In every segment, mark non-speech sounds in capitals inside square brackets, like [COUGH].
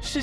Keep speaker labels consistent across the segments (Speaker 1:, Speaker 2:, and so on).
Speaker 1: 世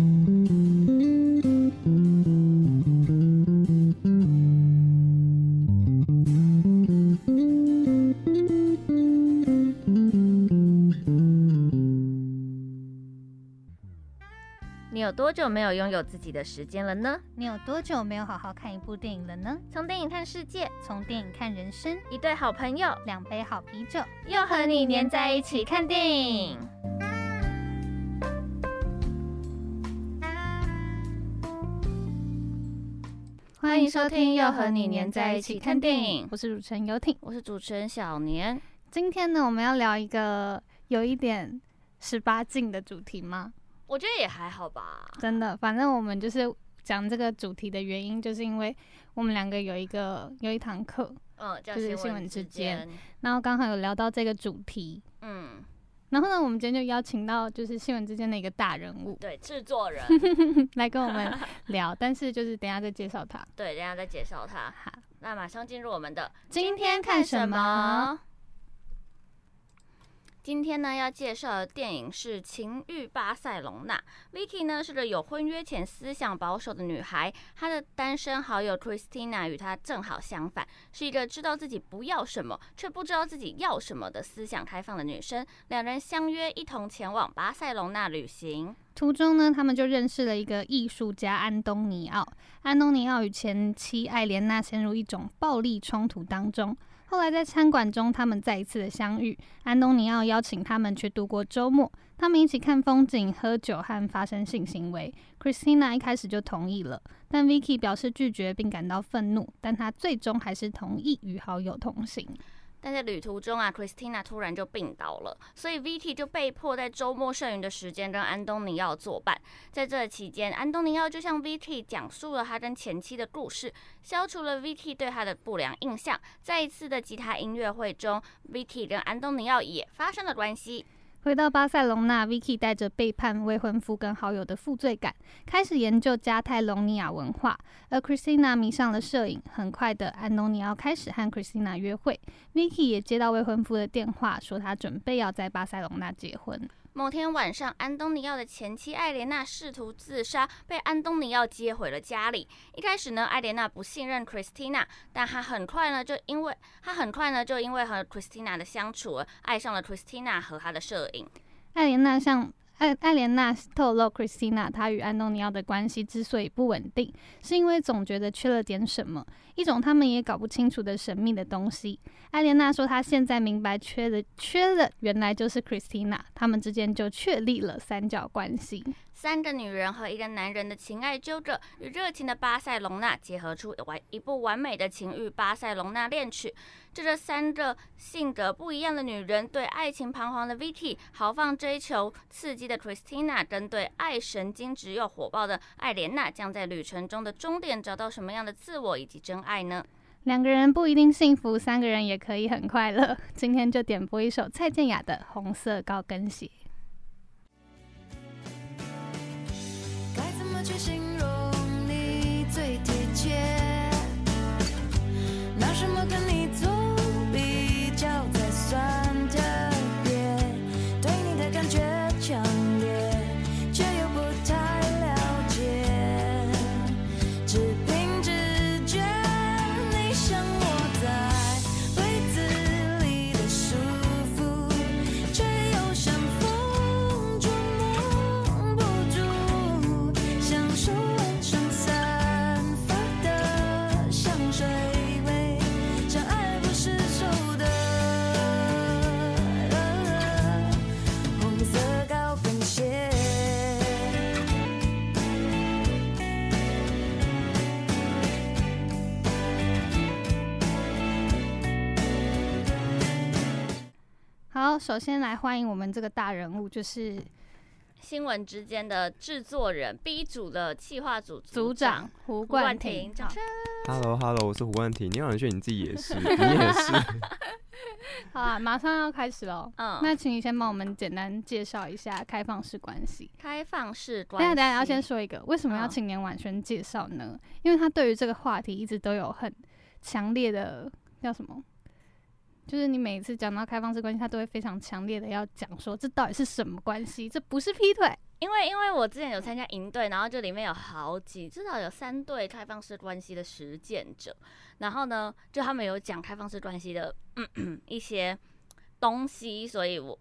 Speaker 2: 你有多久没有拥有自己的时间了呢？
Speaker 3: 你有多久没有好好看一部电影了呢？
Speaker 2: 从电影看世界，
Speaker 3: 从电影看人生，
Speaker 2: 一对好朋友
Speaker 3: 两杯好啤酒，
Speaker 2: 又和你黏在一起看电影。欢迎收听又和你黏在一起看电影
Speaker 3: 我是主持人游艇。
Speaker 2: 我是主持人小年，
Speaker 3: 今天呢，我们要聊一个有一点十八禁的主题 [LAUGHS] 吗？
Speaker 2: 我觉得也还好吧。
Speaker 3: 真的，反正我们就是讲这个主题的原因，就是因为我们两个有一个有一堂课，
Speaker 2: 嗯，叫
Speaker 3: 就是
Speaker 2: 新
Speaker 3: 新
Speaker 2: 闻
Speaker 3: 闻
Speaker 2: 之
Speaker 3: 之间
Speaker 2: 间，
Speaker 3: 然后刚好有聊到这个主题。
Speaker 2: 嗯，
Speaker 3: 然后呢，我们今天就邀请到就是新闻之间的一个大人物嗯
Speaker 2: 对，制作 [LAUGHS] 人，
Speaker 3: 来跟我 [LAUGHS] 们聊，但是就是等一下再介绍他。
Speaker 2: 对，等一下再介绍他。
Speaker 3: 好，
Speaker 2: 那马上进入我们的
Speaker 3: 今天看什么？？
Speaker 2: 今天呢，要介绍的电影是《情欲巴塞隆纳》。Vicky 呢是个有婚约前思想保守的女孩，她的单身好友 Christina 与她正好相反，是一个知道自己不要什么，却不知道自己要什么的思想开放的女生。两人相约一同前往巴塞隆纳旅行。
Speaker 3: 途中呢，他们就认识了一个艺术家安东尼奥。安东尼奥与前妻艾莲娜陷入一种暴力冲突当中。后来在餐馆中，他们再一次的相遇。安东尼奥邀请他们去度过周末，他们一起看风景、喝酒和发生性行为。Christina 一开始就同意了，但 Vicky 表示拒绝并感到愤怒，但她最终还是同意与好友同行。
Speaker 2: 但在旅途中啊，Christina 突然就病倒了，所以 Viti 就被迫在周末剩余的时间跟安东尼奥作伴。在这期间，安东尼奥就向 Viti 讲述了他跟前妻的故事，消除了 Viti 对他的不良印象。在一次的吉他音乐会中，Viti 跟安东尼奥也发生了关系。
Speaker 3: 回到巴塞隆纳，Vicky 带着背叛未婚夫跟好友的负罪感，开始研究加泰隆尼亚文化。而 Christina 迷上了摄影，很快的，安东尼奥开始和 Christina 约会。Vicky 也接到未婚夫的电话，说他准备要在巴塞隆纳结婚。
Speaker 2: 某天晚上，安东尼奥的前妻艾莲娜试图自杀，被安东尼奥接回了家里。一开始呢，艾莲娜不信任 Christina，但她很快呢就因为她很快呢就因为和 Christina 的相处而爱上了 Christina 和她的摄影。
Speaker 3: 艾莲娜向艾艾莲娜透露，Christina 她与安东尼奥的关系之所以不稳定，是因为总觉得缺了点什么，一种他们也搞不清楚的神秘的东西。艾莲娜说，她现在明白缺的缺的原来就是 Christina，他们之间就确立了三角关系。
Speaker 2: 三个女人和一个男人的情爱纠葛与热情的巴塞隆纳结合出完一部完美的情欲《巴塞隆纳恋曲》。这这三个性格不一样的女人，对爱情彷徨的 Vicky、豪放追求刺激的 Christina 跟对爱神经质又火爆的艾莲娜，将在旅程中的终点找到什么样的自我以及真爱呢？
Speaker 3: 两个人不一定幸福，三个人也可以很快乐。今天就点播一首蔡健雅的《红色高跟鞋》。
Speaker 4: 该怎么去形容你最贴切？拿什么跟你做比较才算特别？对你的感觉强烈，却又不太了解。只凭直觉，你像我在被子里的舒服，却又像风捉摸不住，享受晚上散发的香水味，像爱不释手的红色高跟鞋。
Speaker 3: 好，首先来欢迎我们这个大人物，就是
Speaker 2: 新闻之间的制作人 B 组的企划组
Speaker 3: 组长胡
Speaker 2: 胡
Speaker 3: 冠
Speaker 2: 冠
Speaker 3: 廷
Speaker 2: 廷，。掌声。
Speaker 3: [LAUGHS]
Speaker 5: Hello Hello，我是胡冠廷。你好像觉得你自己也是，你也是。
Speaker 3: 好啊，马上要开始喽。
Speaker 2: 嗯，
Speaker 3: 那请你先帮我们简单介绍一下开放式关系。
Speaker 2: 开放式关系，
Speaker 3: 等一下，等一下要先说一个，为什么要
Speaker 2: 嗯
Speaker 3: 请年婉萱介绍呢？因为她对于这个话题一直都有很强烈的叫什么，就是你每次讲到开放式关系，她都会非常强烈的要讲说这到底是什么关系？这不是劈腿，
Speaker 2: 因为因为我之前有参加营队，然后就里面有好几，至少有三对开放式关系的实践者，然后呢，就他们有讲开放式关系的 [CLEARS THROAT] 嗯嗯一些东西，所以我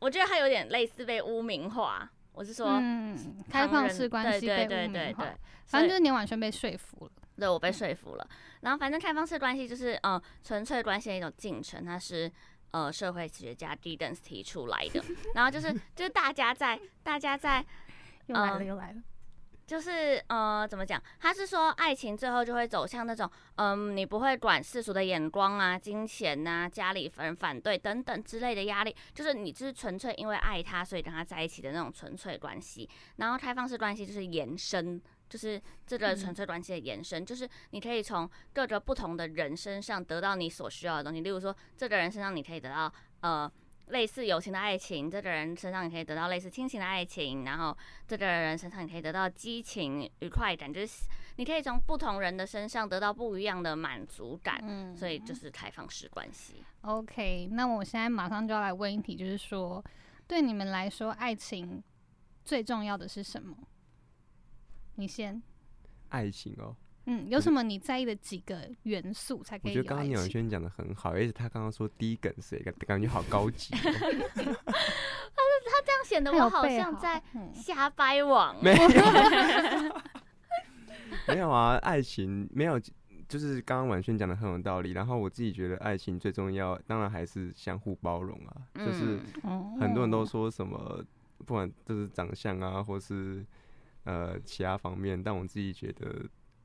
Speaker 2: 我觉得他有点类似被污名化。我是说，
Speaker 3: 嗯，开
Speaker 2: 旁
Speaker 3: 放
Speaker 2: 人
Speaker 3: 式关系
Speaker 2: 对
Speaker 3: 被污
Speaker 2: 对对对
Speaker 3: 名化
Speaker 2: 对，
Speaker 3: 反
Speaker 2: 所以
Speaker 3: 正就是年婉萱被说服了。
Speaker 2: 对我被说服了。然后反正开放式关系就是呃纯粹关系的一种进程，它是呃社会学家 d 登 d 提出来
Speaker 3: [LAUGHS]
Speaker 2: 的。然后就是就是大家在大家在
Speaker 3: 又来了，
Speaker 2: 嗯
Speaker 3: 又来了。
Speaker 2: 就是呃，怎么讲？他是说爱情最后就会走向那种，嗯，你不会管世俗的眼光啊、金钱呐、家里人反对等等之类的压力，就是你就是纯粹因为爱他，所以跟他在一起的那种纯粹关系。然后开放式关系就是延伸，就是这个
Speaker 3: 嗯
Speaker 2: 纯粹关系的延伸，就是你可以从各个不同的人身上得到你所需要的东西。例如说，这个人身上你可以得到呃。类似友情的爱情，这个人身上你可以得到类似亲情的爱情，然后这个人身上你可以得到激情、愉快感，就是你可以从不同人的身上得到不一样的满足感，
Speaker 3: 嗯
Speaker 2: 所以就是开放式关系。
Speaker 3: OK，那我现在马上就要来问一题，就是说，对你们来说，爱情最重要的是什么？你先，
Speaker 5: 爱情哦，
Speaker 3: 嗯，有什么你在意的几个元素才可
Speaker 5: 我
Speaker 3: 以
Speaker 5: 觉
Speaker 3: 有
Speaker 5: 得刚
Speaker 3: 爱
Speaker 5: 刚聂婉
Speaker 3: 情？
Speaker 5: 萱讲的很好，而且她刚刚说第一梗是一个感觉好高级哦、
Speaker 3: [LAUGHS]
Speaker 2: 这样显得
Speaker 3: 还有
Speaker 2: 我好
Speaker 3: 背
Speaker 2: 像在
Speaker 3: 嗯
Speaker 2: 瞎掰网，
Speaker 5: 没
Speaker 3: [LAUGHS]
Speaker 5: 没有啊，爱情没有，就是刚刚婉萱讲的很有道理。然后我自己觉得爱情最重要，当然还是相互包容啊。就是
Speaker 2: 嗯
Speaker 3: 哦
Speaker 5: 很多人都说什么，不管就是长相啊，或是呃其他方面，但我自己觉得，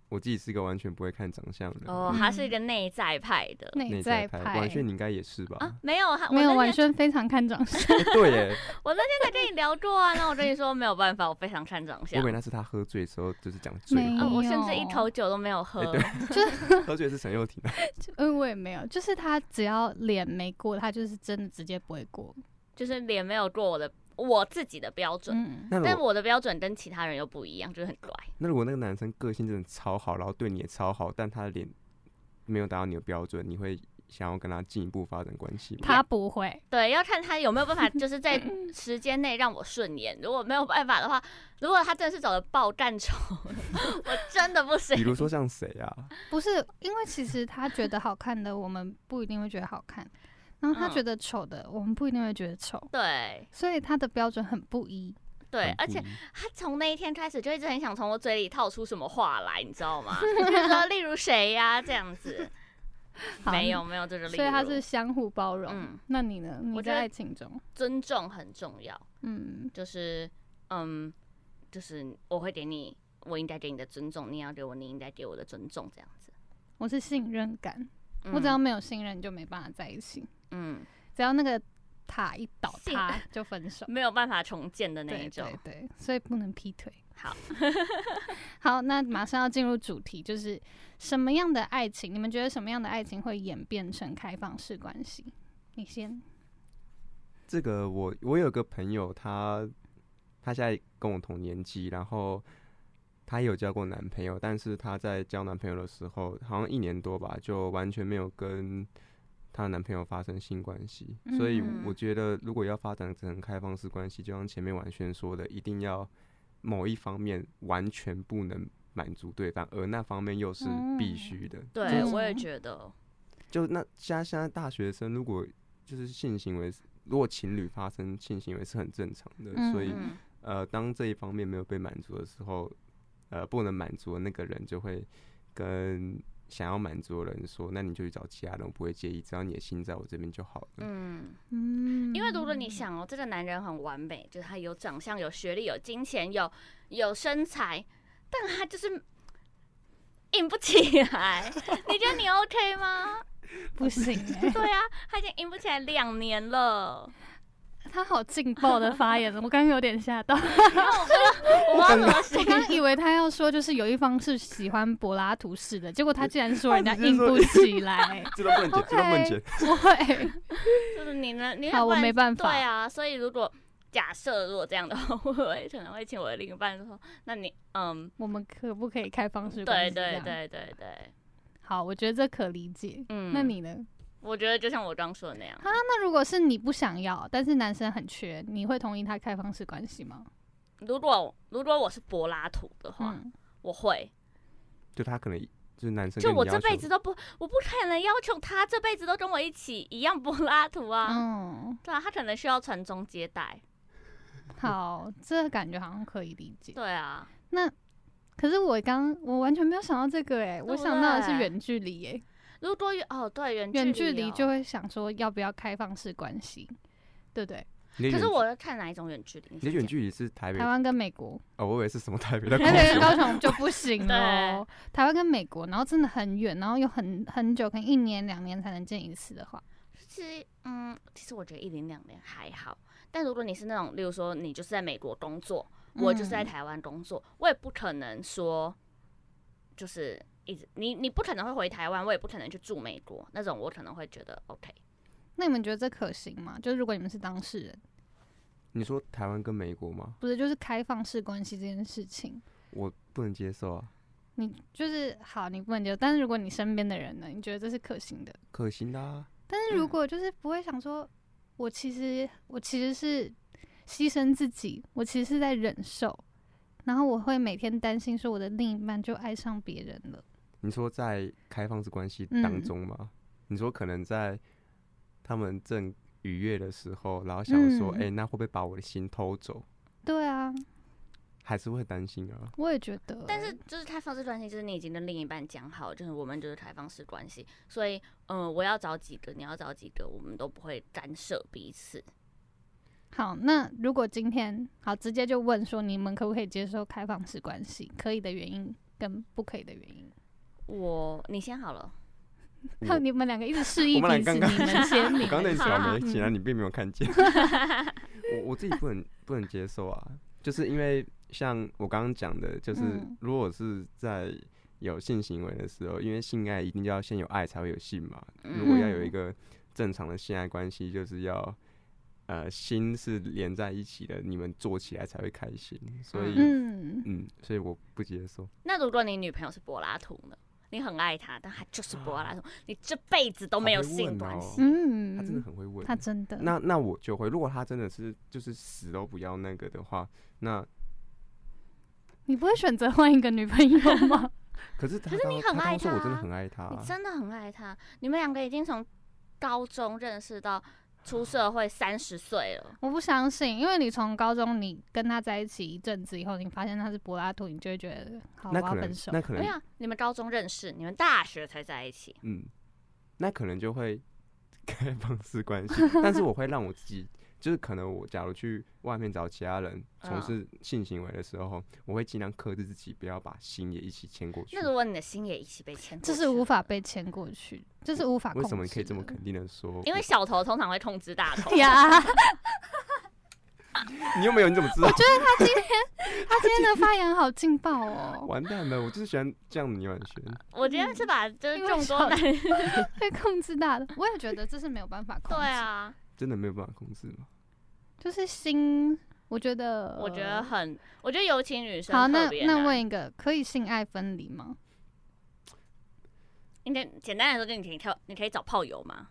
Speaker 5: 我自己是个完全不会看长相的人。
Speaker 2: 哦，他是一个内在派的
Speaker 3: 内
Speaker 5: 内
Speaker 3: 在
Speaker 5: 在
Speaker 3: 派，
Speaker 5: 派，婉萱你应该也是吧？
Speaker 2: 哎啊，没有，他
Speaker 3: 没有
Speaker 2: 我那
Speaker 3: 婉
Speaker 2: 天
Speaker 3: 萱非
Speaker 2: [LAUGHS]
Speaker 3: 常看长相，
Speaker 5: 欸对耶，
Speaker 2: 我那天才跟你聊过啊，
Speaker 5: [LAUGHS]
Speaker 2: 那我跟你说没有办法，我非常看长
Speaker 5: 我
Speaker 2: 相
Speaker 5: 以为。那是他喝醉的时候就是讲醉
Speaker 3: 没
Speaker 2: 啊 [LAUGHS]
Speaker 5: 话，
Speaker 2: 我甚至一口酒都没有喝，
Speaker 5: 哎喝醉的是陈又廷啊。 [LAUGHS]
Speaker 3: 嗯，我也没有，就是他只要脸没过，他就是真的直接不会过。
Speaker 2: 就是脸没有过我的我自己的标准，
Speaker 3: 嗯，
Speaker 5: 那
Speaker 2: 但
Speaker 5: 如果
Speaker 2: 我的标准跟其他人又不一样，就是很怪。
Speaker 5: 那如果那个男生个性真的超好，然后对你也超好，但他的脸没有达到你的标准，你会想要跟他进一步发展关系吗？
Speaker 3: 他不会，
Speaker 2: 对，要看他有没有办法，就是 [LAUGHS] 在时间内让我顺眼。如果没有办法的话，如果他真的是找的爆干丑， [LAUGHS] 我真的不
Speaker 5: 比 [LAUGHS]
Speaker 2: 行。
Speaker 5: 如说像谁啊？
Speaker 3: 不是因为其实他觉得好看的，我们不一定会觉得好看；然后他
Speaker 2: 嗯
Speaker 3: 觉得丑的，我们不一定会觉得丑。
Speaker 2: 对
Speaker 3: 所以他的标准很不一。
Speaker 2: 对
Speaker 5: 很，
Speaker 2: 而
Speaker 5: 不
Speaker 2: 且
Speaker 5: 一
Speaker 2: 他从那一天开始就一直很想从我嘴里套出什么话来，你知道吗？ [LAUGHS] 就是说例如谁呀、这样子，
Speaker 3: 好
Speaker 2: 没有，没有这个例如，
Speaker 3: 所以他是相互包容。
Speaker 2: 嗯
Speaker 3: 那你呢？你
Speaker 2: 我觉
Speaker 3: 在
Speaker 2: 得
Speaker 3: 爱情中，
Speaker 2: 尊重很重要，
Speaker 3: 嗯，
Speaker 2: 就是嗯，就是我会给你我应该给你的尊重，你也要给我你应该给我的尊重，这样子。
Speaker 3: 我是信任感，
Speaker 2: 嗯
Speaker 3: 我只要没有信任就没办法在一起，
Speaker 2: 嗯
Speaker 3: 只要那个塔一倒
Speaker 2: 信
Speaker 3: 塌就分手。
Speaker 2: 没有办法重建的那
Speaker 3: 对
Speaker 2: 一种
Speaker 3: 对。对，所以不能劈腿。
Speaker 2: 好，
Speaker 3: [LAUGHS] 好，那马上要进入主题，就是什么样的爱情？你们觉得什么样的爱情会演变成开放式关系？你先，
Speaker 5: 这个我我有个朋友，他他现在跟我同年纪，然后他也有交过男朋友，但是他在交男朋友的时候，好像一年多吧，就完全没有跟她的男朋友发生性关系。所以
Speaker 3: 嗯
Speaker 5: 我觉得，如果要发展成开放式关系，就像前面婉萱说的，一定要某一方面完全不能满足对方，而那方面又是必
Speaker 3: 嗯
Speaker 5: 须的。
Speaker 2: 对，
Speaker 3: 嗯
Speaker 2: 我也觉得，
Speaker 5: 就那现在现在大学生如果就是性行为是，如果情侣发生性行为是很正常的，
Speaker 3: 嗯
Speaker 5: 所以
Speaker 2: 嗯，
Speaker 5: 呃，当这一方面没有被满足的时候，呃，不能满足的那个人就会跟想要满足的人说，那你就去找其他人，我不会介意，只要你的心在我这边就好了。
Speaker 2: 嗯，
Speaker 3: 嗯，
Speaker 2: 因为如果你想哦，这个男人很完美，就是他有长相、有学历、有金钱、有有身材，但他就是硬不起来。你觉得你 OK 吗？ [LAUGHS]
Speaker 3: 不行、欸，
Speaker 2: 对啊，他已经硬不起来两年了。
Speaker 3: 他好劲爆的发言，我刚刚有点吓到，
Speaker 2: 我忘了谁
Speaker 3: 我刚以为他要说就是有一方是喜欢柏拉图式的，结果他竟然说人家
Speaker 5: 他直接
Speaker 3: 硬
Speaker 5: 说
Speaker 3: 不起
Speaker 5: [LAUGHS]。
Speaker 3: 来
Speaker 5: 这都不能剪，这都不能
Speaker 3: OK
Speaker 5: 剪。
Speaker 3: 不会，
Speaker 2: 就是你呢？你
Speaker 3: 好
Speaker 2: 要不
Speaker 3: 我
Speaker 2: 然
Speaker 3: 没办法
Speaker 2: 对啊，所以如果假设如果这样的话，我会可能会请我的另一半说，那你嗯，
Speaker 3: 我们可不可以开放式关
Speaker 2: 对
Speaker 3: 系？
Speaker 2: 对。对对对，
Speaker 3: 好，我觉得这可理解。
Speaker 2: 嗯，
Speaker 3: 那你呢？
Speaker 2: 我觉得就像我刚说的那样，
Speaker 3: 啊那如果是你不想要，但是男生很缺，你会同意他开放式关系吗？
Speaker 2: 如果如果我是柏拉图的话，
Speaker 3: 嗯，我
Speaker 2: 我会，
Speaker 5: 就他可能就是男生
Speaker 2: 就
Speaker 5: 跟你
Speaker 2: 我
Speaker 5: 要求，
Speaker 2: 这辈子都不，我不可能要求他这辈子都跟我一起一样柏拉图啊，
Speaker 3: 嗯
Speaker 2: 对啊，他可能需要传宗接代，
Speaker 3: 好，这感觉好像可以理解。
Speaker 2: 对啊，
Speaker 3: 可是我刚我完全没有想到这个哎、
Speaker 2: 不
Speaker 3: 我想到的是
Speaker 2: 对
Speaker 3: 远距离哎、
Speaker 2: 如果远哦对远
Speaker 3: 远距
Speaker 2: 离
Speaker 3: 离
Speaker 2: 哦
Speaker 3: 就会想说要不要开放式关系，对不对？
Speaker 5: 你的
Speaker 2: 可是
Speaker 5: 远
Speaker 2: 我要看哪一种远距离？
Speaker 5: 你的
Speaker 2: 先
Speaker 5: 远
Speaker 2: 讲
Speaker 5: 距离是台北
Speaker 3: 台湾跟美国，
Speaker 2: [LAUGHS]
Speaker 5: 哦，我以为是什么台北的
Speaker 3: 台北跟
Speaker 5: 高
Speaker 3: 高
Speaker 5: 雄
Speaker 3: 雄就不行
Speaker 2: 对
Speaker 3: 喽。台湾跟美国，然后真的很远，然后又很很久，可能一年两年才能见一次的话，
Speaker 2: 其实，嗯，其实我觉得一零两年还好，但如果你是那种，例如说你就是在美国工作，我就是在
Speaker 3: 嗯
Speaker 2: 台湾工作，我也不可能说就是一直你你不可能会回台湾，我也不可能去住美国那种，我可能会觉得 OK。
Speaker 3: 那你们觉得这可行吗？就是如果你们是当事人，
Speaker 5: 你说台湾跟美国吗？
Speaker 3: 不是就是开放式关系这件事情，
Speaker 5: 我不能接受啊，
Speaker 3: 你就是好，你不能接受。但是如果你身边的人呢，你觉得这是可行的？
Speaker 5: 可行的啊。
Speaker 3: 但是如果就是不会想说，我其实我其实是牺牲自己，我其实是在忍受，然后我会每天担心说我的另一半就爱上别人了。
Speaker 5: 你说在开放式关系
Speaker 3: 嗯
Speaker 5: 当中吗？你说可能在他们正愉悦的时候，然后想说，
Speaker 3: 嗯
Speaker 5: 哎、那会不会把我的心偷走？
Speaker 3: 对啊，
Speaker 5: 还是会担心啊。
Speaker 3: 我也觉得欸、
Speaker 2: 但是就是开放式关系，就是你已经跟另一半讲好，就是我们就是开放式关系，所以嗯、呃我要找几个，你要找几个，我们都不会干涉彼此。
Speaker 3: 好，那如果今天好直接就问说你们可不可以接受开放式关系？可以的原因跟不可以的原因。
Speaker 2: 我你先好了，
Speaker 3: 还有你们两个一直示意
Speaker 5: 嗯我们俩
Speaker 3: 彼此，你
Speaker 5: 刚刚
Speaker 3: 们先，你
Speaker 5: 我刚那
Speaker 3: 们
Speaker 5: 一
Speaker 3: 先
Speaker 5: 条
Speaker 3: [LAUGHS]
Speaker 5: 没，
Speaker 3: 嗯
Speaker 5: 显然你并没有看
Speaker 3: [LAUGHS]
Speaker 5: 见。我我自己不能不能接受啊，就是因为像我刚刚讲的，就是
Speaker 3: 嗯
Speaker 5: 如果是在有性行为的时候，因为性爱一定要先有爱才会有性嘛。如果要有一
Speaker 3: 嗯
Speaker 5: 个正常的性爱关系，就是要呃心是连在一起的，你们做起来才会开心。所以嗯
Speaker 3: 嗯，
Speaker 5: 所以我不接受。
Speaker 2: 那如果你女朋友是柏拉图呢？你很爱她，但她就是柏拉图，你这辈子都没有性关
Speaker 5: 好
Speaker 2: 系。
Speaker 5: 会
Speaker 3: 嗯，
Speaker 5: 他真的很会问欸，
Speaker 3: 他真的
Speaker 5: 那那我就会，如果他真的是就是死都不要那个的话，那
Speaker 3: 你不会选择换一个女朋友吗？ [LAUGHS]
Speaker 5: 可是他
Speaker 2: 可是
Speaker 5: 刚
Speaker 2: 你
Speaker 5: 刚
Speaker 2: 很
Speaker 5: 他刚
Speaker 2: 爱
Speaker 5: 说我真的
Speaker 2: 他
Speaker 5: 很爱他
Speaker 2: 你
Speaker 5: 啊，
Speaker 2: 真的很爱她，你们两个已经从高中认识到出
Speaker 5: 啊
Speaker 2: 社会三十岁了。
Speaker 3: 我不相信，因为你从高中你跟他在一起一阵子以后，你发现他是柏拉图，你就会觉得好，我
Speaker 5: 那
Speaker 3: 要
Speaker 5: 可
Speaker 3: 分
Speaker 5: 能
Speaker 3: 手
Speaker 5: 那。可
Speaker 2: 没
Speaker 5: 能
Speaker 2: 有，哎你们高中认识，你们大学才在一起。
Speaker 5: 嗯，那可能就会 [LAUGHS] 开放式关
Speaker 2: [LAUGHS]
Speaker 5: 系，但是我会让我自己。就是可能我假如去外面找其他人从
Speaker 2: 嗯
Speaker 5: 事性行为的时
Speaker 2: [LAUGHS]
Speaker 5: 候，我会尽量克制自己，不要把心也一起牵过去
Speaker 2: 那。如果你的心也一起被牵过去
Speaker 3: 这
Speaker 2: 了，
Speaker 3: 是无法被牵过去，这是无法控
Speaker 5: 为
Speaker 3: 制的。。
Speaker 5: 什么你可以这么肯定的说？
Speaker 2: 因为小头通常会控制大头
Speaker 5: [LAUGHS]
Speaker 3: 呀？
Speaker 5: 你又没有，你怎么知道？
Speaker 3: 他今天的发言好劲爆
Speaker 5: [LAUGHS]
Speaker 3: 哦，
Speaker 5: [LAUGHS] 完蛋了！我就是喜欢这样的牛婉轩。
Speaker 2: 我觉得是把就是
Speaker 3: 因为
Speaker 2: 众多
Speaker 3: 小
Speaker 2: 男人，
Speaker 3: 被控制大的，我也觉得这是没有办法控制。
Speaker 2: 对，
Speaker 3: [LAUGHS]
Speaker 2: 啊，
Speaker 5: 真的没有办法控制吗？
Speaker 3: 就是心，我觉得，
Speaker 2: 我觉得很，我觉得尤其女生
Speaker 3: 呃好。那
Speaker 2: 特别啊
Speaker 3: 那
Speaker 2: 难
Speaker 3: 问一个，可以性爱分离吗？
Speaker 2: 应该简单来说，就你可以跳，你可以找炮友吗？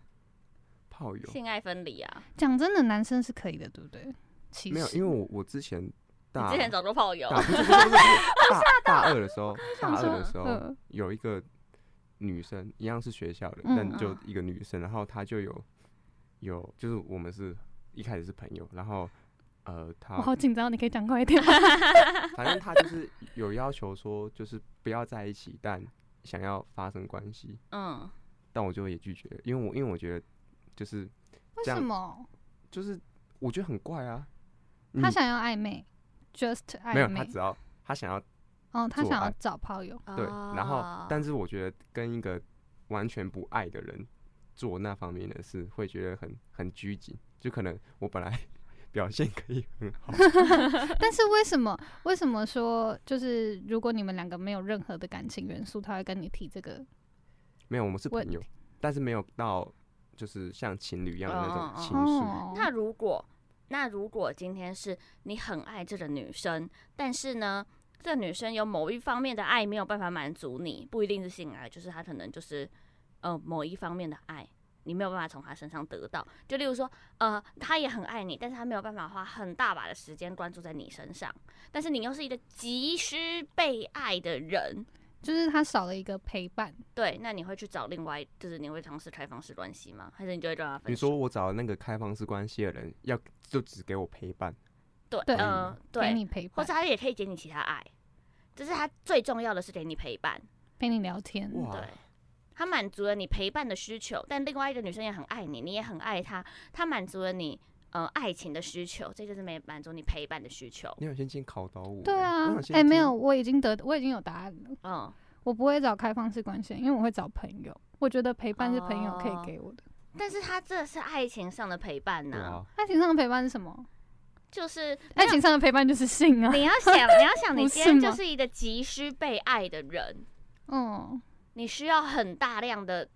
Speaker 5: 炮友
Speaker 2: 性爱分离啊，
Speaker 3: 讲真的，男生是可以的，对不对？其实
Speaker 5: 没有，因为我我之前
Speaker 2: 你
Speaker 5: 大
Speaker 2: 之前找过炮友
Speaker 5: 啊大，不是不是不
Speaker 3: [LAUGHS]
Speaker 5: 是不是大大二的时候，大二的时候
Speaker 3: 嗯
Speaker 5: 有一个女生，一样是学校的，
Speaker 3: 嗯
Speaker 5: 但就一个女生，然后她就有有就是我们是一开始是朋友，然后呃她
Speaker 3: 我好紧张，你可以讲快一
Speaker 5: [LAUGHS]
Speaker 3: 点。
Speaker 5: 反正她就是有要求说就是不要在一起，但想要发生关系，
Speaker 2: [LAUGHS] 嗯，
Speaker 5: 但我就也拒绝了，因为我因为我觉得就是
Speaker 3: 为
Speaker 5: 这样
Speaker 3: 什么？
Speaker 5: 就是我觉得很怪啊，
Speaker 3: 他
Speaker 5: 嗯
Speaker 3: 想要暧昧，just
Speaker 5: 没有
Speaker 3: 暧
Speaker 5: 他
Speaker 3: 昧
Speaker 5: 只。要他想要
Speaker 3: 哦，他想
Speaker 5: 做
Speaker 3: 要
Speaker 5: 爱
Speaker 3: 找炮友， [LAUGHS]
Speaker 5: 对，然后
Speaker 2: 啊，
Speaker 5: 但是我觉得跟一个完全不爱的人做那方面的事，会觉得很很拘谨。就可能我本来 [LAUGHS] 表现可以很好。
Speaker 3: 但是为什么为什么说就是如果你们两个没有任何的感情元素，他会跟你提这个？
Speaker 5: 没有，我们是
Speaker 3: 我
Speaker 5: 朋友，但是没有到就是像情侣一样的那
Speaker 2: 哦哦
Speaker 5: 种情愫。
Speaker 3: 哦，
Speaker 2: 那如果那如果今天是你很爱这个女生，但是呢，这女生有某一方面的爱没有办法满足你，不一定是性爱，就是她可能就是呃某一方面的爱。你没有办法从她身上得到，就例如说，呃，她也很爱你，但是她没有办法花很大把的时间关注在你身上，但是你又是一个急需被爱的人，
Speaker 3: 就是他少了一个陪伴。
Speaker 2: 对，那你会去找另外，就是你会尝试开放式关系吗？还是你就会让她分手？
Speaker 5: 你说我找那个开放式关系的人，要就只给我陪伴，
Speaker 2: 对，
Speaker 3: 对
Speaker 2: 嗯、呃，
Speaker 3: 给
Speaker 2: 对，
Speaker 3: 你陪
Speaker 2: 或
Speaker 3: 伴
Speaker 2: 是，他也可以给你其他爱，只是他最重要的是给你陪伴，
Speaker 3: 陪你聊天。
Speaker 5: 哇
Speaker 2: 嗯对。他满足了你陪伴的需求，但另外一个女生也很爱你，你也很爱她，她满足了你呃爱情的需求，这就是没满足你陪伴的需求。
Speaker 5: 你好像先考倒我。
Speaker 3: 对啊
Speaker 5: 我好，像
Speaker 3: 哎、没
Speaker 5: 听
Speaker 3: 有，，我已经得，我已经有答案了。
Speaker 2: 嗯，
Speaker 3: 我不会找开放式关系，因为我会找朋友。我觉得陪伴是朋友可
Speaker 2: 哦
Speaker 3: 以给我的。
Speaker 2: 但是他这是爱情上的陪伴呐、
Speaker 5: 对啊，
Speaker 3: 爱情上的陪伴是什么？
Speaker 2: 就是
Speaker 3: 爱情上的陪伴就是性啊。
Speaker 2: 你要想，你要想，你
Speaker 3: 不
Speaker 2: 今
Speaker 3: 是
Speaker 2: 天就
Speaker 3: 吗
Speaker 2: 是一个急需被爱的人，
Speaker 3: [LAUGHS] 嗯，
Speaker 2: 你需要很大量的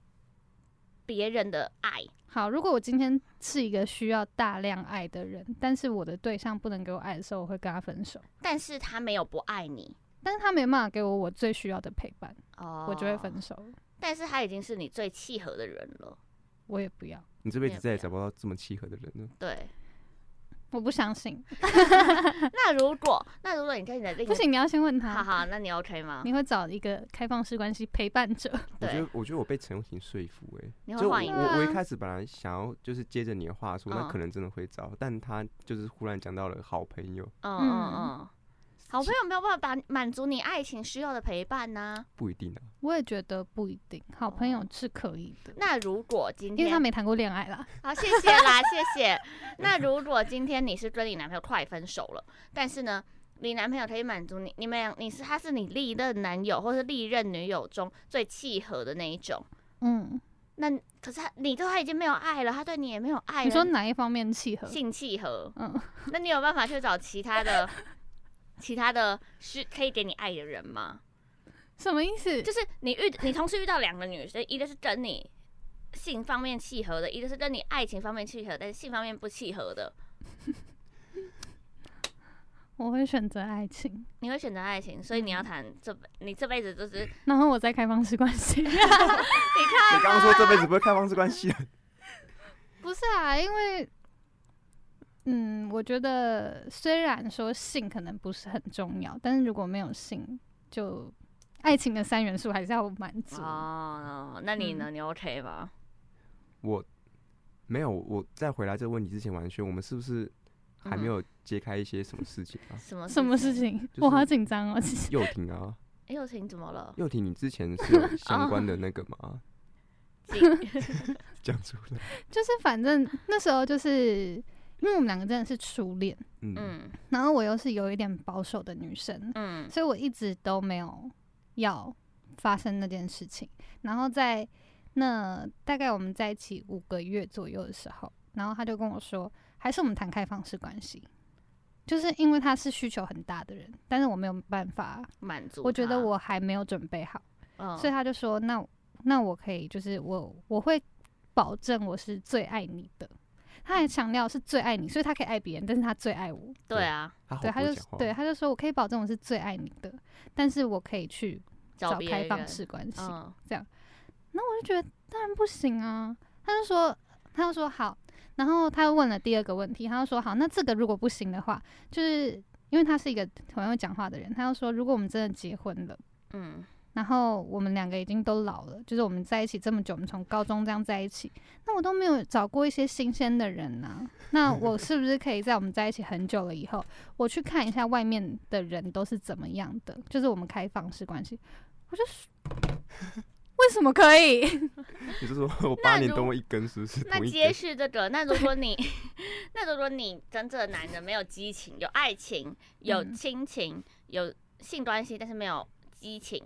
Speaker 2: 别人的爱，
Speaker 3: 好，如果我今天是一个需要大量爱的人，但是我的对象不能给我爱的时候，我会跟他分手。
Speaker 2: 但是他没有不爱你，
Speaker 3: 但是他没办法给我我最需要的陪伴，
Speaker 2: 哦
Speaker 3: 我就会分手。
Speaker 2: 但是他已经是你最契合的人了，
Speaker 3: 我也不要，
Speaker 5: 你这辈子
Speaker 2: 也
Speaker 5: 再也
Speaker 2: 不
Speaker 5: 找不到这么契合的人了。
Speaker 2: 对。 [LAUGHS]
Speaker 3: 我不相信。
Speaker 2: 那如果那如果你跟你的另一
Speaker 3: 不行，你啊要先问
Speaker 2: 好
Speaker 3: 他，
Speaker 2: 好，那你 OK 吗？
Speaker 3: 你会找一个开放式关系陪伴者。 [LAUGHS]
Speaker 5: 我觉
Speaker 2: 对
Speaker 5: 得，我觉得我被陈永婷说服哎、
Speaker 2: 你
Speaker 5: 就
Speaker 2: 会
Speaker 5: 我
Speaker 2: 换一个？啊
Speaker 5: 我我一开始本来想要就是接着你的话说，那
Speaker 2: 嗯
Speaker 5: 可能真的会找，但他就是忽然讲到了好朋友，
Speaker 2: 嗯嗯嗯，好朋友没有办法把满足你爱情需要的陪伴呐、
Speaker 5: 不一定啊。
Speaker 3: 我也觉得不一定，好朋友是可以的，
Speaker 2: 那如果今
Speaker 3: 因为他
Speaker 2: 天
Speaker 3: 没谈过恋爱啦。
Speaker 2: 好，谢谢啦，谢谢。那如果今天你是跟你男朋友快分手了，但是呢，你男朋友可以满足你，你们俩你是他是你历任男友或是历任女友中最契合的那一种，
Speaker 3: 嗯，
Speaker 2: 那可是他你对他已经没有爱了，他哎对你也没有爱了，
Speaker 3: 你说哪一方面契 [LAUGHS] 合？
Speaker 2: 性契合，
Speaker 3: 嗯，
Speaker 2: 那你有办法去找其他的、 [LAUGHS] 其他的是可以给你爱的人吗？
Speaker 3: 什么意思？
Speaker 2: 就是你遇你同时遇到两个女生，一个是跟你性方面契合的，一个是跟你爱情方面契合，但是性方面不契合的，
Speaker 3: 我会选择爱情，
Speaker 2: 你会选择爱情，所以你要谈这辈你这辈子就是你
Speaker 3: 然后我再开放式关系。
Speaker 2: 啊
Speaker 5: 你刚刚说这辈子不会开放式关系，
Speaker 3: 不是啊，因为，嗯，我觉得虽然说性可能不是很重要，但是如果没有性，就爱情的三元素还是要满
Speaker 5: 嗯
Speaker 3: 足。
Speaker 2: 哦，那你呢？你 OK 吗？
Speaker 5: 我没有。我在回答这个问题之前，完全我们是不是还
Speaker 2: 嗯
Speaker 5: 没有揭开一些什么事情啊？
Speaker 2: 什么
Speaker 3: 什么事？情？
Speaker 5: 是
Speaker 3: 我好紧张哦！其实 [LAUGHS]
Speaker 5: 幼婷啊，
Speaker 2: 哎，幼婷怎么了？
Speaker 5: [LAUGHS] 幼婷，你之前是有
Speaker 2: 哦
Speaker 5: 相关
Speaker 2: [LAUGHS]
Speaker 5: 的那个吗？讲出来，
Speaker 3: 就是反正那时候就是因为我们两个真的是初恋，
Speaker 5: 嗯，
Speaker 2: 嗯
Speaker 3: 然后我又是有一点保守的女生，
Speaker 2: 嗯
Speaker 3: 所以我一直都没有要发生那件事情。然后在那大概我们在一起五个月左右的时候，然后他就跟我说，还是我们谈开放式关系，就是因为他是需求很大的人，但是我没有办法，
Speaker 2: 满足他。
Speaker 3: 我觉得我还没有准备好，
Speaker 2: 嗯，
Speaker 3: 所以他就说，那那我可以，就是我我会保证我是最爱你的。他还强调是最爱你，所以他可以爱别人，但是他最爱我。
Speaker 2: 对啊，
Speaker 5: 他好
Speaker 3: 对，
Speaker 5: 不
Speaker 3: 他
Speaker 5: 会
Speaker 3: 就
Speaker 5: 讲话，
Speaker 3: 对，他就说我可以保证我是最爱你的，但是我可以去找
Speaker 2: 别
Speaker 3: 开放
Speaker 2: 人
Speaker 3: 式关系。
Speaker 2: 嗯
Speaker 3: 我就觉得当然不行啊，他就说他就说好，然后他又问了第二个问题，他就说好，那这个如果不行的话，就是因为他是一个很会讲话的人，他就说如果我们真的结婚了。
Speaker 2: 嗯。
Speaker 3: 然后我们两个已经都老了，就是我们在一起这么久，我们从高中这样在一起，那我都没有找过一些新鲜的人呐、
Speaker 5: [LAUGHS]
Speaker 3: 那我是不是可以在我们在一起很久了以后，我去看一下外面的人都是怎么样的？就是我们开放式关系，我就说 [LAUGHS] 为什么可以？ [LAUGHS]
Speaker 5: 你就说
Speaker 2: [LAUGHS]
Speaker 5: 我八年
Speaker 2: 如
Speaker 5: 动过一根，是不是
Speaker 2: [LAUGHS] 那
Speaker 5: 同一
Speaker 2: 接
Speaker 5: 根？
Speaker 2: 续这个，那如果你， [LAUGHS] 那如果你跟这个男人没有激情，有爱情，有
Speaker 3: 嗯
Speaker 2: 亲情，有性关系，但是没有激情，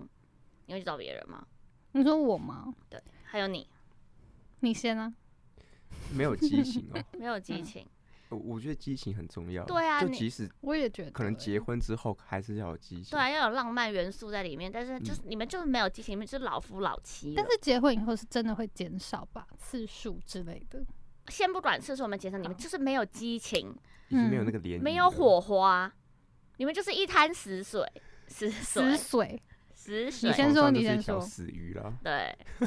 Speaker 2: 你会去找别人吗？
Speaker 3: 你说我吗？
Speaker 2: 对，还有你
Speaker 3: 你先啊，
Speaker 5: 没有激情哦， [LAUGHS]
Speaker 2: 没有激
Speaker 3: 嗯
Speaker 2: 情，
Speaker 5: 我我觉得激情很重要。
Speaker 2: 对啊
Speaker 5: 就
Speaker 2: 你
Speaker 5: 即使
Speaker 3: 我也觉得
Speaker 5: 可能结婚之后，还是要有激情。
Speaker 2: 对啊，要有浪漫元素在里面，但是就是
Speaker 5: 嗯
Speaker 2: 你们就是没有激情，你们就是老夫老妻了。
Speaker 3: 但是结婚以后是真的会减少吧，次数之类的。
Speaker 2: 先不管次数我们减少，你们
Speaker 3: 啊
Speaker 2: 就是没有激情，
Speaker 5: 已经没有
Speaker 3: 嗯
Speaker 5: 那个涟漪，
Speaker 2: 没有，火花，你们就是一滩死水，死水，
Speaker 3: 死水，
Speaker 2: 死
Speaker 3: 你
Speaker 2: 水。
Speaker 3: 先说你
Speaker 5: 就是
Speaker 3: 先
Speaker 5: 一条
Speaker 3: 说
Speaker 5: 死鱼啦。 [LAUGHS]
Speaker 2: 对， [LAUGHS]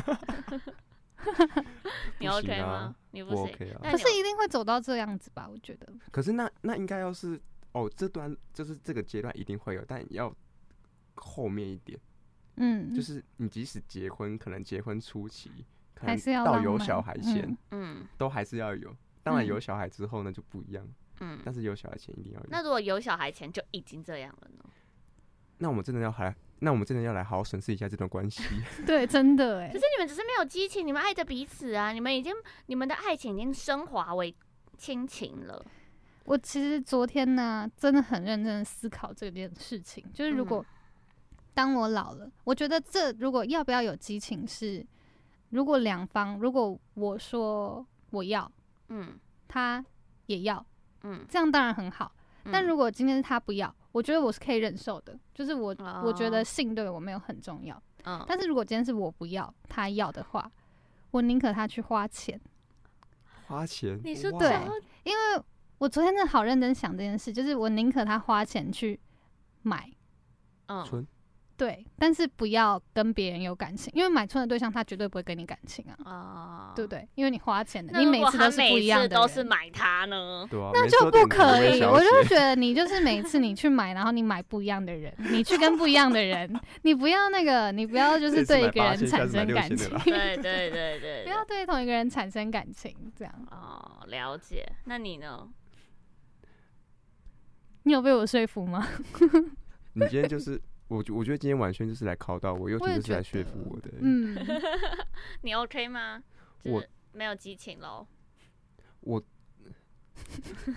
Speaker 2: 你
Speaker 5: 不
Speaker 2: OK
Speaker 5: 行啊
Speaker 2: 吗？你不
Speaker 5: 我
Speaker 2: 行
Speaker 5: OK 啊
Speaker 2: 那
Speaker 3: 可
Speaker 2: 你
Speaker 3: 是一定会走到这样子吧？我觉得
Speaker 5: 可是那那应该要是哦，这段就是这个阶段一定会有，但要后面一点，
Speaker 3: 嗯，
Speaker 5: 就是你即使结婚，可能结婚初期，可
Speaker 3: 还
Speaker 5: 能
Speaker 3: 是要
Speaker 5: 到
Speaker 3: 浪
Speaker 5: 有
Speaker 3: 漫
Speaker 5: 小孩前，
Speaker 3: 嗯
Speaker 2: 嗯
Speaker 5: 都还是要有。当
Speaker 3: 嗯
Speaker 5: 然有小孩之后呢就不一样，但
Speaker 2: 嗯。
Speaker 5: 是有小孩前一定要有。
Speaker 2: 那如果有小孩前就已经这样了呢？
Speaker 5: 那我们真的要还，那我们真的要来好好审视一下这段关系。 [LAUGHS]
Speaker 3: 对，真的哎
Speaker 2: 可，是你们只是没有激情，你们爱着彼此啊，你们已经你们的爱情已经升华为亲情了。
Speaker 3: 我其实昨天呢，真的很认真的思考这件事情，就是
Speaker 2: 嗯
Speaker 3: 如果当我老了，我觉得这如果要不要有激情是，如果两方如果我说我要，
Speaker 2: 嗯
Speaker 3: 他也要，
Speaker 2: 嗯，
Speaker 3: 这样当然很好。但
Speaker 2: 嗯
Speaker 3: 如果今天是他不要，我觉得我是可以忍受的，就是我、我觉
Speaker 2: 哦
Speaker 3: 得性对我没有很重要。
Speaker 2: 嗯
Speaker 3: 但是如果今天是我不要，他要的话，我宁可他去花钱。
Speaker 5: 花钱，
Speaker 2: 你说
Speaker 5: 哇
Speaker 3: 对因为我昨天真的好认真想这件事，就是我宁可他花钱去买，
Speaker 2: 嗯
Speaker 5: 纯
Speaker 3: 对，但是不要跟别人有感情，因为买春的对象他绝对不会跟你感情啊，
Speaker 2: 啊
Speaker 3: 对不对？因为你花钱的，
Speaker 2: 那
Speaker 3: 你
Speaker 2: 如
Speaker 3: 每
Speaker 2: 果
Speaker 3: 次
Speaker 2: 他
Speaker 3: 都是不一样的
Speaker 2: 每
Speaker 3: 人，
Speaker 2: 次都是买它
Speaker 3: [LAUGHS]
Speaker 2: 呢？
Speaker 5: 对啊，
Speaker 3: 那
Speaker 5: 每次
Speaker 3: 就
Speaker 5: 都点
Speaker 3: 不
Speaker 5: 头
Speaker 3: 可
Speaker 5: 微
Speaker 3: 以。
Speaker 5: 笑
Speaker 3: 我就
Speaker 5: 写
Speaker 3: 觉得你就是每次你去买，然后你买不一样的人，你去跟不一样的人，你不要那个，你不要就
Speaker 5: 这
Speaker 3: 是
Speaker 5: 次
Speaker 3: 对
Speaker 5: 买
Speaker 3: 一个
Speaker 5: 八
Speaker 3: 人
Speaker 5: 千
Speaker 3: 产
Speaker 5: 下次买
Speaker 3: 生感
Speaker 5: 6000的
Speaker 3: 情，
Speaker 2: [LAUGHS]
Speaker 5: 啦
Speaker 2: 对对对对，
Speaker 3: [LAUGHS] 不要
Speaker 2: 对
Speaker 3: 对同一个人产生感情。这样，
Speaker 2: 哦，了解。那你呢？
Speaker 3: 你有被我说服吗？
Speaker 5: 你今天就是我觉，我觉得今天完全就是来考到我，又
Speaker 3: 我也
Speaker 5: 就是来
Speaker 3: 觉
Speaker 5: 说
Speaker 3: 得
Speaker 5: 服我的。，
Speaker 3: 嗯，
Speaker 2: 你 OK 吗？就
Speaker 5: 我
Speaker 2: 是没有激情喽。
Speaker 5: 我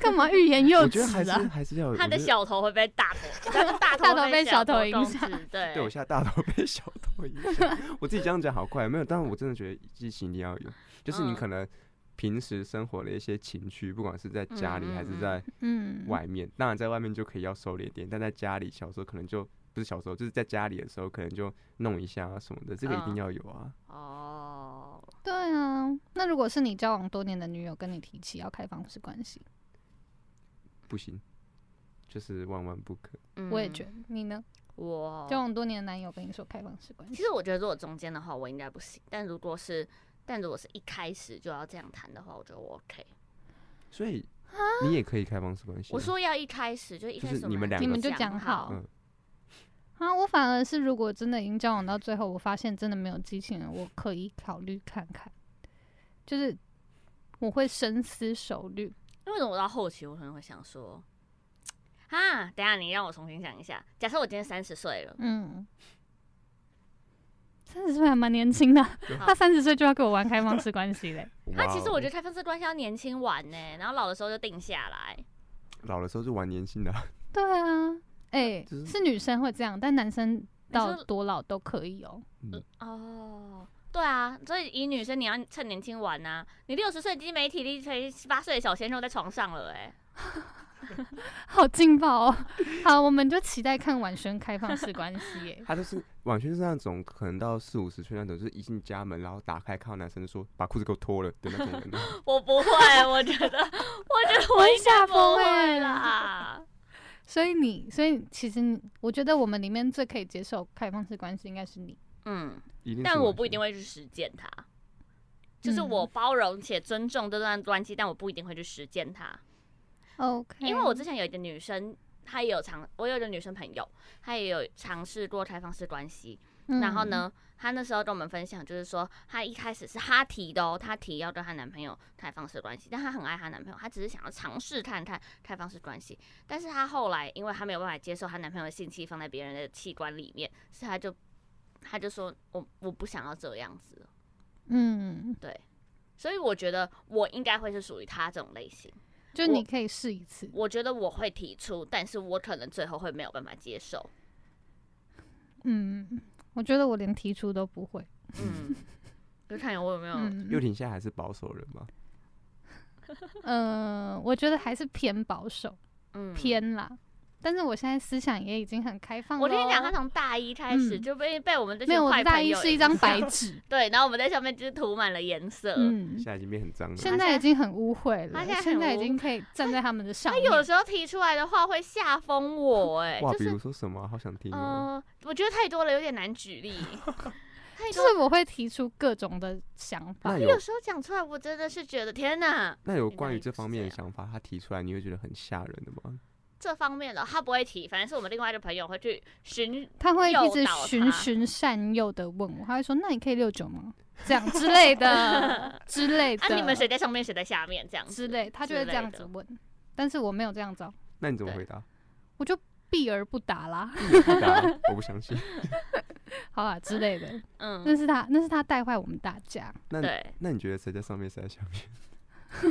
Speaker 3: 干嘛欲言又
Speaker 5: 我觉
Speaker 3: 止
Speaker 5: 得还是
Speaker 3: 啊？
Speaker 2: [LAUGHS]
Speaker 5: 还是要有
Speaker 2: 他
Speaker 5: 我
Speaker 2: 的
Speaker 5: 觉得
Speaker 2: 小头会被大头，他的大
Speaker 3: [LAUGHS] 大
Speaker 2: 头
Speaker 3: 头被小头
Speaker 2: 头
Speaker 3: 影
Speaker 2: 控
Speaker 3: 响
Speaker 2: 制对
Speaker 5: 对我现在大头被 [LAUGHS] 小头影响，
Speaker 2: [LAUGHS]
Speaker 5: 我自己这样讲好快，没有，但我真的觉得激情一定要有，就是你
Speaker 2: 嗯
Speaker 5: 可能平时生活的一些情绪，不管是在家里
Speaker 2: 嗯
Speaker 5: 还
Speaker 2: 嗯
Speaker 5: 是
Speaker 2: 嗯
Speaker 5: 在
Speaker 3: 嗯，
Speaker 5: 外面，当然在外面就可以要收敛一点，但在家里小时候可能就不是小时候，就是在家里的时候可能就弄一下啊什么的，这个一
Speaker 2: 嗯
Speaker 5: 定要有啊。
Speaker 2: 哦，
Speaker 3: 对啊。那如果是你交往多年的女友跟你提起要开放式关系，
Speaker 5: 不行，就是万万不
Speaker 2: 啊
Speaker 5: 可。
Speaker 3: 我
Speaker 2: 嗯
Speaker 3: 也觉得，你呢？
Speaker 2: 得我
Speaker 3: 交往多年的男友跟你说开放式关
Speaker 2: 哦其
Speaker 3: 系，
Speaker 2: 实我觉得，如果中间的话，我应该不行。但如果是，但如果是一开始就要这样谈的话，我觉得我 OK。
Speaker 5: 所以你也可以开放式关系啊。
Speaker 2: 我说要一开始就一开
Speaker 5: 就是
Speaker 2: 始
Speaker 5: 你们两
Speaker 3: 你
Speaker 5: 个
Speaker 3: 们就
Speaker 2: 讲
Speaker 3: 讲好。
Speaker 5: 嗯
Speaker 3: 啊，我反而是如果真的已经交往到最后，我发现真的没有激情了，我可以考虑看看，就是我会深思熟虑。
Speaker 2: 因为我到后期，我可能会想说，啊，等一下你让我重新想一下。假设我今天三十岁了，
Speaker 3: 嗯，三十岁还蛮年轻的，他三十岁就要跟我玩开放式关系嘞。
Speaker 2: 那啊其实我觉
Speaker 5: 得
Speaker 2: 得开放式关系要年轻玩呢、然后老的时候就定下来。
Speaker 5: 老的时候就玩年轻的啊，
Speaker 3: 对啊，哎、
Speaker 5: 就是
Speaker 3: 是女生会这样，但男生到
Speaker 2: 说
Speaker 3: 多老都可以哦、
Speaker 5: 嗯。
Speaker 2: 哦，对啊，所以以女生你要趁年轻玩呐、你六十岁已经没体力陪十八岁的小鲜肉在床上了哎、
Speaker 3: 好劲爆哦！好，我们就期待看婉轩开放式关系耶
Speaker 5: 他就是完全是那种可能到四五十岁那种，就是一进家门然后打开看到男生就说把裤子给我脱了的那种人啊。
Speaker 2: 我不会，我觉得，我 [LAUGHS] 觉得我
Speaker 3: 会
Speaker 2: 应该
Speaker 3: 吓
Speaker 2: 不
Speaker 3: 疯
Speaker 2: 会
Speaker 3: 欸
Speaker 2: 啦。
Speaker 3: 所以你，所以其实你我觉得我们里面最可以接受开放式关系应该是你。
Speaker 2: [LAUGHS] 嗯，
Speaker 5: 一定是
Speaker 2: 但
Speaker 5: 完
Speaker 2: 我不一
Speaker 5: 全
Speaker 2: 定会去实践它，就是我
Speaker 3: 嗯
Speaker 2: 包容且尊重这段关系，但我不一定会去实践它，
Speaker 3: OK，
Speaker 2: 因为我之前有一个女生。她也有尝，我有一个女生朋友，她也有尝试过开放式关系。
Speaker 3: 嗯
Speaker 2: 然后，呢，她那时候跟我们分享，就是说她一开始是她提的哦，她提要跟她男朋友开放式关系，但她很爱她男朋友，她只是想要尝试看看开放式关系。但是她后来，因为她没有办法接受她男朋友的性器放在别人的器官里面，所以她就她就说我我不想要这样子了。
Speaker 3: 嗯，
Speaker 2: 所以我觉得我应该会是属于他这种类型。
Speaker 3: 就你可以试一次。
Speaker 2: 我觉得我会提出，但是我可能最后会没有办法接 [LAUGHS] 受。
Speaker 3: 嗯，我觉得我连提出都不会。
Speaker 2: 嗯，就看我有没有。
Speaker 3: 嗯，
Speaker 5: 幼婷现在还是保守人嘛？
Speaker 3: 嗯、我觉得还是偏保守，
Speaker 2: 嗯，。
Speaker 3: 偏啦。但是我现在思想也已经很开放了。
Speaker 2: 我跟你讲，他从大一开始
Speaker 3: 哦嗯
Speaker 2: 就被被我们这
Speaker 3: 没
Speaker 2: 些
Speaker 3: 有，我
Speaker 2: 坏
Speaker 3: 的大
Speaker 2: 朋
Speaker 3: 一
Speaker 2: 友。
Speaker 3: 是一张白纸
Speaker 2: [LAUGHS] 对，然后我们在上面就是涂满了颜色。
Speaker 5: [LAUGHS]
Speaker 3: 嗯
Speaker 5: 现，在已经变很脏了。
Speaker 3: 现在已经很污秽
Speaker 2: 他
Speaker 3: 了
Speaker 2: 现在，很
Speaker 3: 现在已
Speaker 2: 污
Speaker 3: 经可以站在他们的上
Speaker 2: 他
Speaker 3: 面。
Speaker 2: 有时候提出来的话会吓疯
Speaker 5: [LAUGHS]
Speaker 2: 我、哎，
Speaker 5: 哇，
Speaker 2: 就
Speaker 5: 比
Speaker 2: 是
Speaker 5: 如说什么啊，好想听哦。
Speaker 2: 嗯、我觉得太多了，有点难举
Speaker 3: [LAUGHS]
Speaker 2: 例。太
Speaker 3: 就
Speaker 2: 多，
Speaker 3: 是我会提出各种的想法
Speaker 5: 那。
Speaker 2: 有
Speaker 5: 有
Speaker 2: 时候讲出来，我真的是觉得天哪，
Speaker 5: 那有
Speaker 2: 原
Speaker 5: 关
Speaker 2: 来
Speaker 5: 于
Speaker 2: 是
Speaker 5: 这方
Speaker 2: 这
Speaker 5: 面的
Speaker 2: 样
Speaker 5: 想法，他提出来你会觉得很吓人的吗？
Speaker 2: 这方面的他不会提，反正是我们另外的朋友会去寻，
Speaker 3: 他会一直
Speaker 2: 诱导他
Speaker 3: 循循善诱的问我，他会说：“那你可以六九吗？”这样之
Speaker 2: [LAUGHS]
Speaker 3: 类的，之类的。
Speaker 2: 啊，你们谁在上面，谁在下面这样
Speaker 3: 之
Speaker 2: 子。
Speaker 3: 类，他就会
Speaker 2: 之
Speaker 3: 这
Speaker 2: 类
Speaker 3: 样
Speaker 2: 的
Speaker 3: 子问，但是我没有这样子哦、
Speaker 5: 那你怎么
Speaker 2: 对
Speaker 5: 回答？
Speaker 3: 我就避而不答啦，
Speaker 5: 不答，啊我不相信。
Speaker 3: 好啊之类的。那
Speaker 2: 嗯，
Speaker 3: 是他，那是他带坏我们大家。
Speaker 5: 那
Speaker 2: 对，
Speaker 5: 那你觉得谁在上面，谁在下面？ [LAUGHS]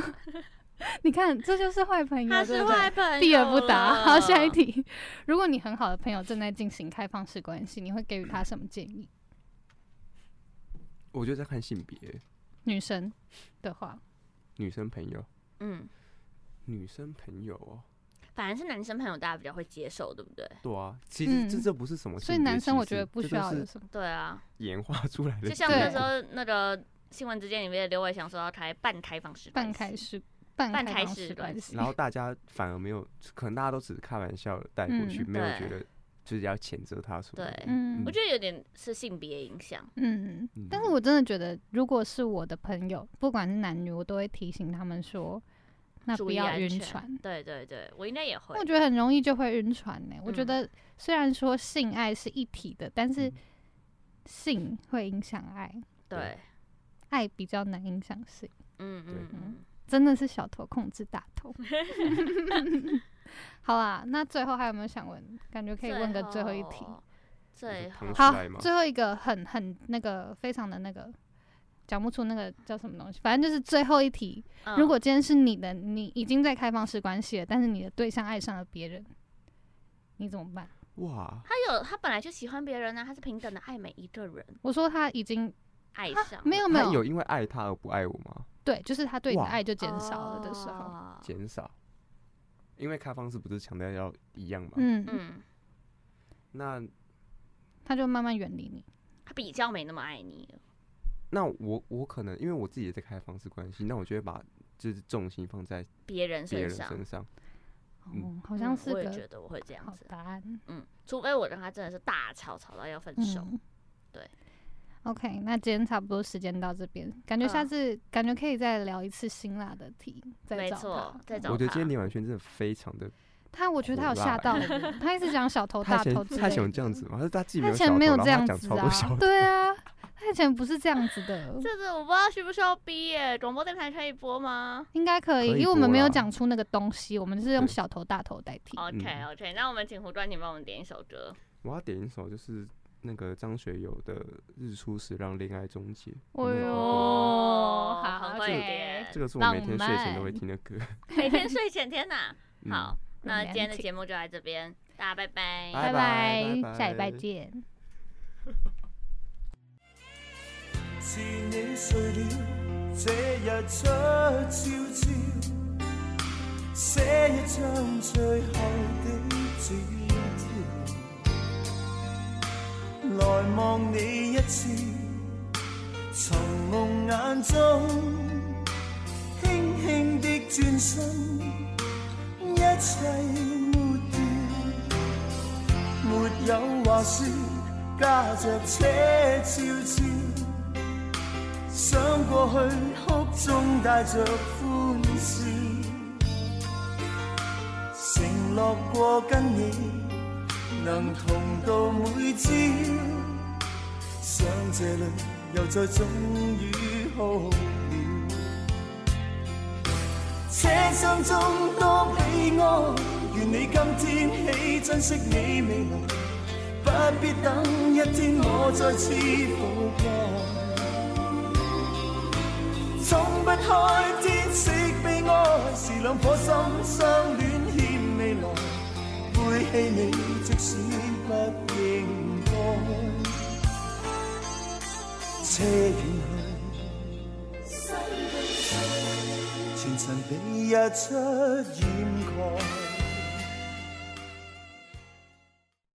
Speaker 3: 你看，这就是坏朋友，
Speaker 2: 他
Speaker 3: 嗯对
Speaker 2: 是
Speaker 3: 不对
Speaker 2: 坏朋友，
Speaker 3: 避而不答。好，下一。题。如果你很好的朋友正在进行开放式关系，你会给予他什么建议？
Speaker 5: 我觉得在看性别，
Speaker 3: 女生的话，
Speaker 5: 女生朋友，
Speaker 2: 嗯，
Speaker 5: 女生朋友哦。
Speaker 2: 反正是男生朋友大家比较会接受，对不对？
Speaker 5: 对啊，其实这
Speaker 3: 嗯
Speaker 5: 这不是什么性别歧视，
Speaker 3: 所以男生我觉得不
Speaker 5: 这
Speaker 3: 需
Speaker 5: 都
Speaker 3: 要有
Speaker 5: 是
Speaker 3: 什么。
Speaker 2: 对啊，
Speaker 5: 演化出来的结果。
Speaker 2: 就像
Speaker 3: 对
Speaker 2: 那时候那个新闻之间里面的刘伟翔说要开半开放式关
Speaker 3: 半
Speaker 2: 系，
Speaker 3: 开始，半
Speaker 2: 半
Speaker 3: 开
Speaker 2: 开
Speaker 3: 放
Speaker 2: 始
Speaker 3: 式
Speaker 2: 关
Speaker 3: 关
Speaker 2: 系
Speaker 3: 系
Speaker 5: 然。后大家反而没有，可能大家都只是开玩笑地带过去，
Speaker 3: 嗯
Speaker 5: 没有
Speaker 2: 对
Speaker 5: 觉得就是要谴责他什么的。
Speaker 2: 对
Speaker 3: 嗯
Speaker 2: 我觉得有点是性别影响。
Speaker 3: 嗯，
Speaker 5: 嗯
Speaker 3: 但是我真的觉得，如果是我的朋友，不管是男女，我都会提醒他们说，那
Speaker 2: 注
Speaker 3: 不
Speaker 2: 意
Speaker 3: 要
Speaker 2: 安
Speaker 3: 晕
Speaker 2: 全
Speaker 3: 船。
Speaker 2: 对对对，我应该也会
Speaker 3: 我。觉得很容易就会晕船呢、我觉
Speaker 2: 嗯
Speaker 3: 得虽然说性爱是一体的，但是
Speaker 5: 嗯
Speaker 3: 性会影响爱，
Speaker 2: 对，
Speaker 3: 爱比较难影响性。
Speaker 2: 嗯嗯嗯，
Speaker 3: 真的是小头控制大头。
Speaker 2: [LAUGHS]
Speaker 3: [LAUGHS] 好啦，那最后还有没有想问？感觉可以问个最后一题。。
Speaker 2: [LAUGHS] 最
Speaker 5: 你
Speaker 2: 后
Speaker 5: 是，
Speaker 3: 好
Speaker 5: 出来，吗
Speaker 3: 最后一个很很那个非常的那个，讲不出那个叫什么东西，反正就是最后一题。
Speaker 2: 嗯
Speaker 3: 如果今天是你的，你已经在开放式关系了，但是你的对象爱上了别人，你怎么办？
Speaker 5: 嗯哇，
Speaker 2: 他有他本来就喜欢别人呢、啊他是平等的爱每一个人，我
Speaker 3: 我说他已经
Speaker 2: 爱上
Speaker 3: 没有没
Speaker 5: 他有
Speaker 3: 有
Speaker 5: 因为爱他而不爱我吗？
Speaker 3: 对，就是他对你的
Speaker 5: 哇
Speaker 3: 爱就减少了的时候，
Speaker 2: 哦
Speaker 5: 减少，因为开放式不是强调要一样嘛？
Speaker 3: 嗯，
Speaker 2: 嗯，
Speaker 5: 那
Speaker 3: 他就慢慢远离你。
Speaker 2: 他比较没那么爱你了，
Speaker 5: 那我我可能因为我自己也在开放式关系，那我就会把就是重心放在
Speaker 2: 别人
Speaker 5: 别
Speaker 2: 身
Speaker 5: 人
Speaker 2: 上，
Speaker 5: 身上。
Speaker 3: 哦
Speaker 5: 嗯，
Speaker 3: 好像
Speaker 2: 嗯
Speaker 3: 是
Speaker 2: 我也觉
Speaker 3: 个
Speaker 2: 得我会这样
Speaker 3: 好
Speaker 2: 子，
Speaker 3: 答案。
Speaker 2: 嗯，除非我跟他真的是大吵吵到要分手，
Speaker 3: 嗯，
Speaker 2: 对。
Speaker 3: OK，那今天差不多时间到这边，感觉下
Speaker 2: 嗯
Speaker 3: 次、感觉可以再聊一次辛辣的题，再
Speaker 2: 没
Speaker 3: 找
Speaker 2: 错
Speaker 3: 他。，
Speaker 2: 再找
Speaker 5: 我觉得今天
Speaker 2: 他
Speaker 5: 李婉萱真的非常的，
Speaker 3: 他我觉得他有
Speaker 5: 火辣
Speaker 3: 吓
Speaker 5: 欸
Speaker 3: 到我，他一直讲小头
Speaker 5: 他
Speaker 3: 大
Speaker 5: 以前
Speaker 3: 头之
Speaker 5: 他以
Speaker 3: 类
Speaker 5: 前有
Speaker 3: 的，
Speaker 5: 这样子嘛，他他自己
Speaker 3: 他
Speaker 5: 没
Speaker 3: 以前没
Speaker 5: 有小
Speaker 3: 有
Speaker 5: 头，
Speaker 3: 这
Speaker 5: 然
Speaker 3: 样
Speaker 5: 后他讲
Speaker 3: 子
Speaker 5: 超多小
Speaker 3: 啊，[LAUGHS]
Speaker 5: 头，
Speaker 3: 对啊，他以前不是这样子的，
Speaker 2: 这个我不知道需不需要毕业，广播电台可以播吗
Speaker 3: 应该可以，
Speaker 5: 可以
Speaker 3: 因为我们没有
Speaker 5: 播啦啊
Speaker 3: 讲出那个东西，我们是用
Speaker 5: 对
Speaker 3: 小头大头代替。
Speaker 2: ？OK OK，那我们请胡专你帮我们点一首歌。
Speaker 5: 我要点一首就是那个张学友的《日出时让恋爱终结》。
Speaker 3: 哎
Speaker 5: 有没有听过嗯
Speaker 3: 呦，
Speaker 2: 好
Speaker 3: 好
Speaker 2: 会
Speaker 3: OK
Speaker 2: 点
Speaker 5: 这个是我每
Speaker 3: 浪
Speaker 5: 天睡前都会
Speaker 3: 漫
Speaker 5: 听的歌。
Speaker 2: 每天睡前，天哪！
Speaker 5: 嗯
Speaker 2: 好，那今天的
Speaker 3: Romantic
Speaker 2: 节目就到这边，大家拜拜。
Speaker 3: 拜
Speaker 5: 拜拜
Speaker 3: 下礼拜
Speaker 5: 拜拜
Speaker 3: 见。
Speaker 6: 是你睡了，这日出悄悄，写一张最后的纸条，来望你一次，从梦眼中轻轻的转身，一切抹掉。没有话说，驾着车悄悄，想过去哭中带着欢笑，承诺过跟你能同到每朝，想这里又再终于好了。车廂中多悲哀，願你今天起珍惜你未來，不必等一天我再次覆蓋。衝不開天色悲哀，是兩顆心相戀欠未來，背棄你即使不應該。車遠去，前程神被日出掩盖。